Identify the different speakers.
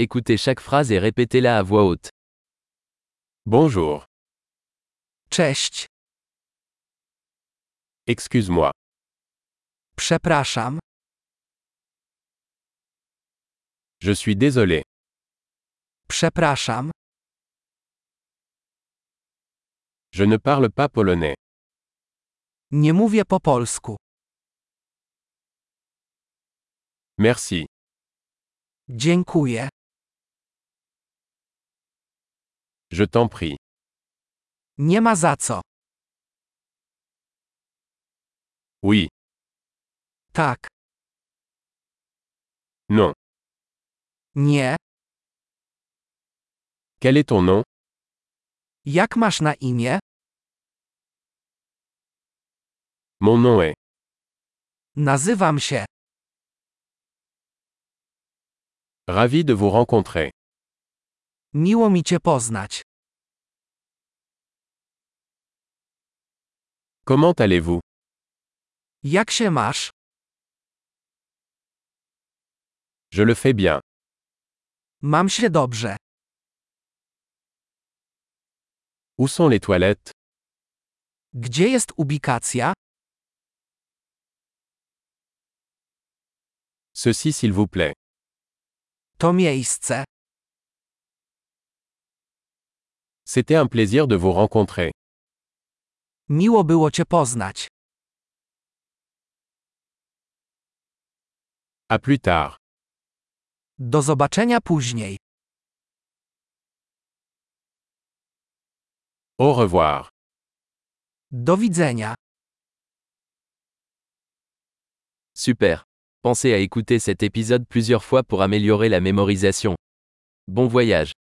Speaker 1: Écoutez chaque phrase et répétez-la à voix haute.
Speaker 2: Bonjour,
Speaker 3: Cześć,
Speaker 2: excuse-moi,
Speaker 3: przepraszam,
Speaker 2: je suis désolé,
Speaker 3: przepraszam,
Speaker 2: je ne parle pas polonais,
Speaker 3: nie mówię po polsku.
Speaker 2: merci,
Speaker 3: Dziękuję,
Speaker 2: je t'en prie,
Speaker 3: nie ma za co.
Speaker 2: oui,
Speaker 3: Tak,
Speaker 2: non,
Speaker 3: nie,
Speaker 2: quel est ton nom,
Speaker 3: jak masz na imię?
Speaker 2: mon nom est,
Speaker 3: Nazywam się.
Speaker 2: ravi de vous rencontrer,
Speaker 3: Miło mi Cię poznać.
Speaker 2: comment allez-vous,
Speaker 3: Jak się masz?
Speaker 2: je le fais bien,
Speaker 3: Mam się dobrze.
Speaker 2: où sont les toilettes,
Speaker 3: Gdzie jest ubikacja?
Speaker 2: ceci s'il vous plaît,
Speaker 3: To miejsce.
Speaker 2: c'était un plaisir de vous rencontrer,
Speaker 3: Miło było Cię poznać.
Speaker 2: à plus tard.
Speaker 3: Do zobaczenia później.
Speaker 2: Au revoir.
Speaker 3: Do widzenia.
Speaker 1: Super. Pensez à écouter cet épisode plusieurs fois pour améliorer la mémorisation. Bon voyage.